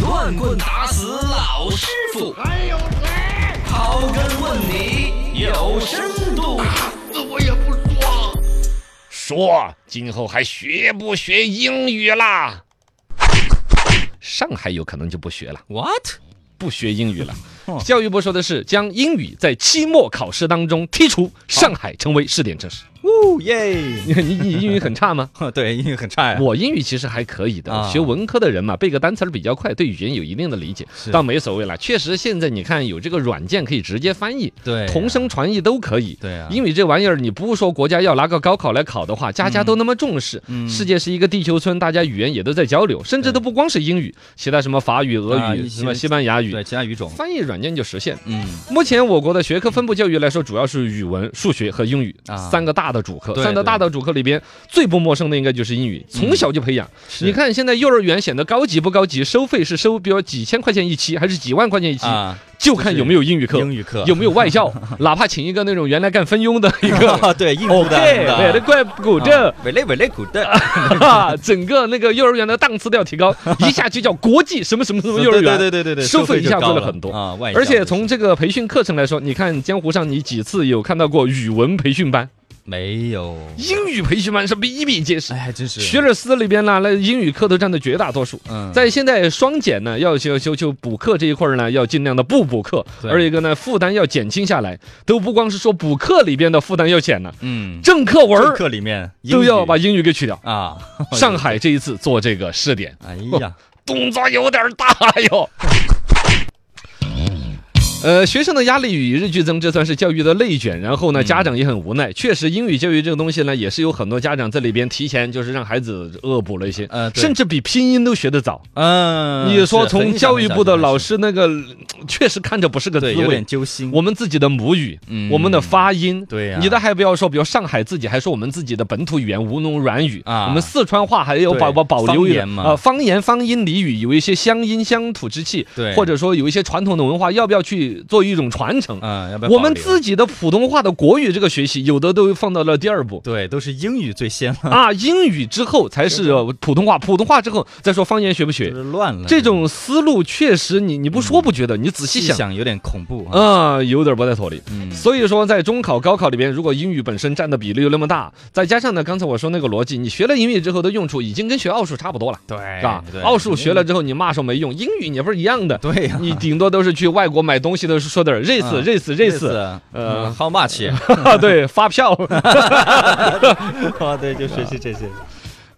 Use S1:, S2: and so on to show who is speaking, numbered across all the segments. S1: 乱棍打死老师傅，还有谁？刨根问底有深度。
S2: 说今后还学不学英语啦？上海有可能就不学了，
S1: What？
S2: 不学英 语了
S3: 哦。
S2: 教育部说的是将英语在期末考试当中剔除，上海成为试点城市。
S3: 呜耶！
S2: 你你你英语很差 吗？
S3: 对，英语很差呀。
S2: 我英语其实还可以
S3: 啊
S2: 的，学文科的人嘛，背个单词儿比较快，对语言有一定的理解，倒没所谓了。确实，现在你看有这个软件可以直接翻译，
S3: 对呀
S2: 同声传译都可以。
S3: 对呀
S2: 英语这玩意儿，你不说国家要拿个高考来考的话，家家都那么重视。
S3: 嗯
S2: 世界是一个地球村，大家语言也都在交流，甚至都不光是英语，其他什么法语、俄
S3: 嗯啊
S2: 语、
S3: 一
S2: 什么
S3: 些
S2: 西班牙语
S3: 对，其他语种，
S2: 翻译软件就实现。
S3: 嗯，
S2: 目前我国的学科分布教育来说，主要是语文、数学和英语、
S3: 啊
S2: 三个大的主科。
S3: 对嗯
S2: 三个
S3: 对
S2: 大的主科里边，最不陌生的应该就是英语，从小就培养。你看现在幼儿园显得高级不高级，收费是收，比如几千块钱一期，还是几万块钱一期，
S3: 啊，
S2: 就看有没有英语课，
S3: 英语课
S2: 有没有外教， 哪怕请一个那种原来干分佣的一 个。
S3: 啊，对，啊印度的
S2: OK，为了怪骨折，
S3: 委内委内古的
S2: 哈，整个那个幼儿园的档次都 要提高，一下就叫国际什么什么什么 幼儿园。
S3: 对对对对对，
S2: 收费一
S3: 就
S2: 下
S3: 高
S2: 子了很多
S3: 啊，外
S2: 而
S3: 教
S2: 且
S3: 就
S2: 从
S3: 是
S2: 这个培训课程来说，你看江湖上你几次有看到过语文培训班、
S3: 没有，
S2: 英语培训班是比比皆是
S3: 哎，。还真是
S2: 学而思里边呢，那英语课都占的绝大多数。
S3: 嗯
S2: 在现在双减呢，要就就就补课这一块儿呢，要尽量的不补课，
S3: 对
S2: 而一个呢负担要减轻下来，都不光是说补课里边的负担要减了，
S3: 嗯，
S2: 正课文
S3: 政
S2: 儿
S3: 课里面
S2: 都
S3: 英
S2: 要
S3: 语
S2: 把英语给 取掉。
S3: 啊，
S2: 上哦海这一次做这个试点，
S3: 哎呀，
S2: 动作有点大哟。呃，学生的压力与日俱增，这算是教育的内卷。然后呢，家长也很无奈。确实，英语教育这个东西呢，也是有很多家长在里边提前就是让孩子恶补了一些，
S3: 呃对
S2: 甚至比拼音都学得早。
S3: 嗯，
S2: 你说
S3: 是
S2: 从教育部的老。
S3: 很小很小就开始
S2: 师那个，确实看着不是个滋
S3: 对，有
S2: 味
S3: 点。揪心。
S2: 我们自己的母语，
S3: 嗯
S2: 我们的发音，
S3: 对呀
S2: 你的还不要说，比如上海自己还说我们自己的本土语言吴侬软语
S3: 啊
S2: 我们四川话还有
S3: 对
S2: 保保保留
S3: 方
S2: 一
S3: 言嘛
S2: 呃方言、方音、俚语有一些乡音乡土之气，
S3: 对
S2: 或者说有一些传统的文化，要不要去做一种传承？
S3: 嗯，要不要
S2: 我们
S3: 保留
S2: 自己的普通话的国语这个学习，有的都放到了第二步。
S3: 对都是英语最先了，
S2: 啊，英语之后才是呃普通话，普通话之后再说方言学不学
S3: 就，是乱了。
S2: 这种思路确实你你不说不觉得，你仔细
S3: 细
S2: 想
S3: 想有点恐怖啊。
S2: 啊，有点不太妥理。
S3: 嗯
S2: 所以说，在中考、高考里边，如果英语本身占的比例又那么大，再加上呢，刚才我说那个逻辑，你学了英语之后的用处，已经跟学奥数差不多了，
S3: 对
S2: 是吧
S3: 哎对？
S2: 奥数学了之后，你骂说没用，英语你不是一样 的，
S3: 对呀
S2: 你顶多都是去外国买东西的时候说点儿 race
S3: 嗯
S2: race
S3: 这
S2: race，
S3: 次
S2: 呃
S3: 呃，how much？
S2: 对，发票。
S3: 啊，对，就学习这些。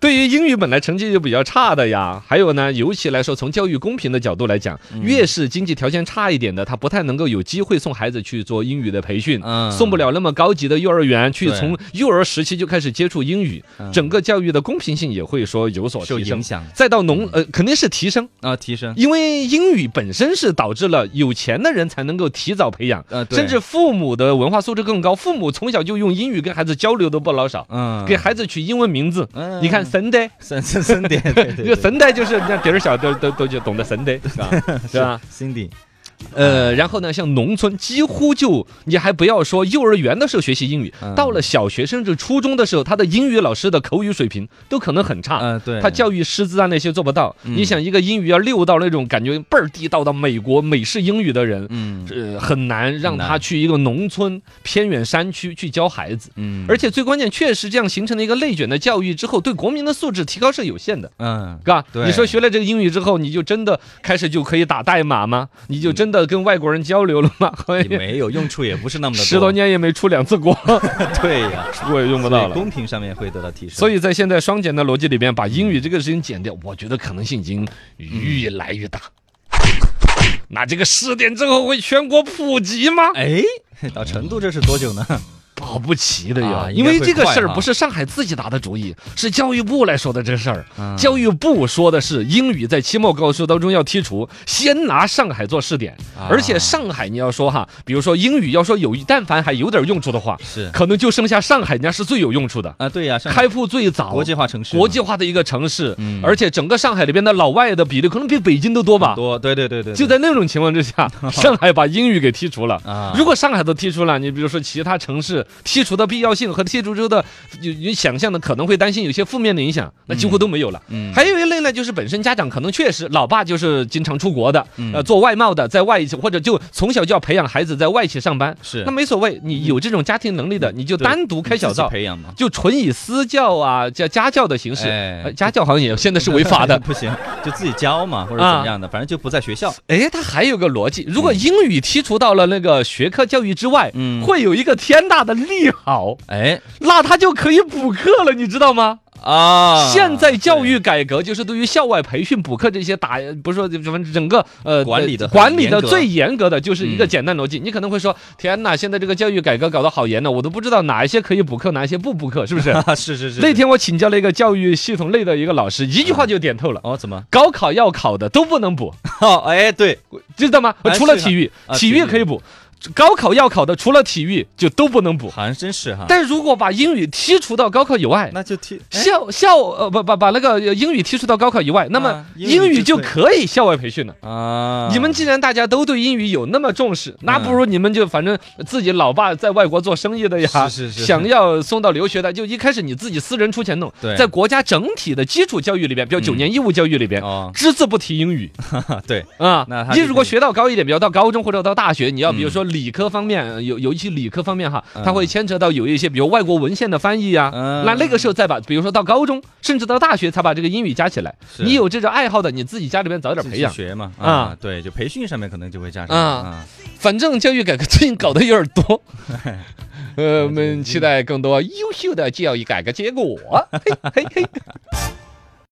S2: 对于英语本来成绩就比较差的呀，还有呢，尤其来说，从教育公平的角度来讲，
S3: 嗯
S2: 越是经济条件差一点的，他不太能够有机会送孩子去做英语的培训，
S3: 嗯
S2: 送不了那么高级的幼儿园，去
S3: 对
S2: 从幼儿时期就开始接触英语，
S3: 嗯
S2: 整个教育的公平性也会说有所
S3: 受
S2: 提升
S3: 影。响嗯
S2: 再到农呃，肯定是提升，
S3: 啊，提升
S2: 因为英语本身是导致了有钱的人才能够提早培养，
S3: 呃对
S2: 甚至父母的文化素质更高，父母从小就用英语跟孩子交流都不老少，
S3: 嗯
S2: 给孩子取英文名字，
S3: 嗯
S2: 你看 Sunday。
S3: 三三三点，对
S2: 这个
S3: 对对
S2: 神呆就是人家别人小都都都就懂得神呆， 是吧？对吧？
S3: ，Cindy
S2: 呃，然后呢，像农村几乎就你还不要说幼儿园的时候学习英语
S3: 嗯，
S2: 到了小学甚至初中的时候，他的英语老师的口语水平都可能很差。
S3: 啊，对，
S2: 他教育师资啊那些做不到，
S3: 嗯
S2: 你想一个英语要溜到那种感觉倍儿地道的美国美式英语的人，
S3: 嗯
S2: 呃，很难让
S3: 很难
S2: 他去一个农村偏远山区去教孩子。
S3: 嗯，
S2: 而且最关键，确实这样形成了一个内卷的教育之后，对国民的素质提高是有限的。
S3: 嗯
S2: 是吧？
S3: 对
S2: 你说学了这个英语之后，你就真的开始就可以打代码吗？你就真的跟外国人交流了吗？好
S3: 也
S2: 像
S3: 没有用处，也不是那么的
S2: 十多，年也没出两次国，
S3: 对呀，
S2: 我也用不
S3: 所以
S2: 到了。
S3: 公平上面会得到提升，
S2: 所
S3: 以
S2: 以在现在双减的逻辑里边，把英语这个事情减掉，我觉得可能性已经越来越大。那这个试点之后会全国普及吗？
S3: 哎， 到成都这是多久 呢？
S2: 保不齐的呀
S3: 啊，
S2: 因为这个事
S3: 应该会
S2: 儿
S3: 快啊
S2: 不是上海自己打的主意，是教育部来说的这事儿。
S3: 嗯
S2: 教育部说的是英语在期末考试当中要剔除，先拿上海做试点
S3: 啊，
S2: 而且上海你要说哈，比如说英语要说有，但凡还有点用处的话，
S3: 是
S2: 可能就剩下上海人家是最有用处的，
S3: 啊，对呀，上海
S2: 开埠最早，
S3: 国际化城市嘛，
S2: 国际化的一个城市
S3: 嗯，
S2: 而且整个上海里边的老外的比例可能比北京都多吧。
S3: 多，对对对对，
S2: 就
S3: 对
S2: 在 那种情况之下，上海把英语给剔除了。
S3: 啊，
S2: 如果上海都剔除了，你比如说其他城市剔除的必要性和剔除之后的有有想象的可能会担心有些负面的影响，那几乎都没有了。
S3: 嗯
S2: 还有一类呢，就是本身家长可能确实老爸就是经常出国的，
S3: 嗯
S2: 呃，做外贸的，在外企或者就从小就要培养孩子在外企上班，
S3: 是
S2: 那没所谓，你有这种家庭能力的，你就
S3: 嗯对
S2: 单独开小
S3: 自己
S2: 灶，
S3: 培养嘛，
S2: 就纯以私教啊、家家教的形式，
S3: 哎
S2: 呃家教好像也现在是违法的。
S3: 不行，就自己教嘛，或者怎么样的，反正就不在学校。
S2: 哎，它还有个逻辑，如果英语剔除到了那个学科教育之外，
S3: 嗯
S2: 会有一个天大的利好，
S3: 哎
S2: 那他就可以补课了，你知道吗？
S3: 啊
S2: 现在教育改革就是对于校外培训、补课这些打，不是说什么整个呃
S3: 管理的
S2: 呃
S3: 很
S2: 管理的
S3: 严格
S2: 最严格的就是一个
S3: 嗯
S2: 简单逻辑。你可能会说，天哪，现在这个教育改革搞得好严呢，我都不知道哪一些可以补课，哪一些不补课，是不是？
S3: 啊 是是是
S2: 那天我请教了一个教育系统类的一个老师，一句话就点透了。
S3: 哦怎么
S2: 高考要考的都不能补，
S3: 哦哎对
S2: 知道吗？
S3: 啊
S2: 除了
S3: 是的
S2: 体育，
S3: 啊体
S2: 体育
S3: 育啊
S2: 可以补，高考要考的除了体育就都不能补。
S3: 好像真是哈，
S2: 但如果把英语剔除到高考以外，
S3: 那就踢哎
S2: 校校呃不把把那个英语剔除到高考以外，那么
S3: 啊英
S2: 英
S3: 语
S2: 语
S3: 就
S2: 就
S3: 可
S2: 可以校外培训了。
S3: 啊
S2: 你们既然大家都对英语有那么重视，那不如你们就反正自己老爸在外国做生意的呀，
S3: 是是是
S2: 想要送到留学的，就一开始你自己私人出钱弄
S3: 对。嗯
S2: 在国家整体的基础教育里边，比如九年义务教育里边。
S3: 哦
S2: 只字不提英语
S3: 啊 对
S2: 啊
S3: 那！他
S2: 你
S3: 就
S2: 如
S3: 可
S2: 果
S3: 以
S2: 学到高一点，比如到高中或者到大学，你要比如
S3: 嗯
S2: 说理科方面，呃尤尤其理科方面哈，它
S3: 嗯
S2: 会牵扯到有一些比如外国文献的翻译啊，
S3: 嗯
S2: 那那个时候再把，比如说到高中，甚至到大学才把这个英语加起来。
S3: 是
S2: 你有这种爱好的，你自己家里边早点
S3: 自己
S2: 培
S3: 去
S2: 养。
S3: 学嘛
S2: 啊
S3: 啊对就培训上面可能就会加上
S2: 啊反正教育改革最近搞得有点 多。 呃，我们期待更多优秀的教育改革结果。嘿嘿嘿。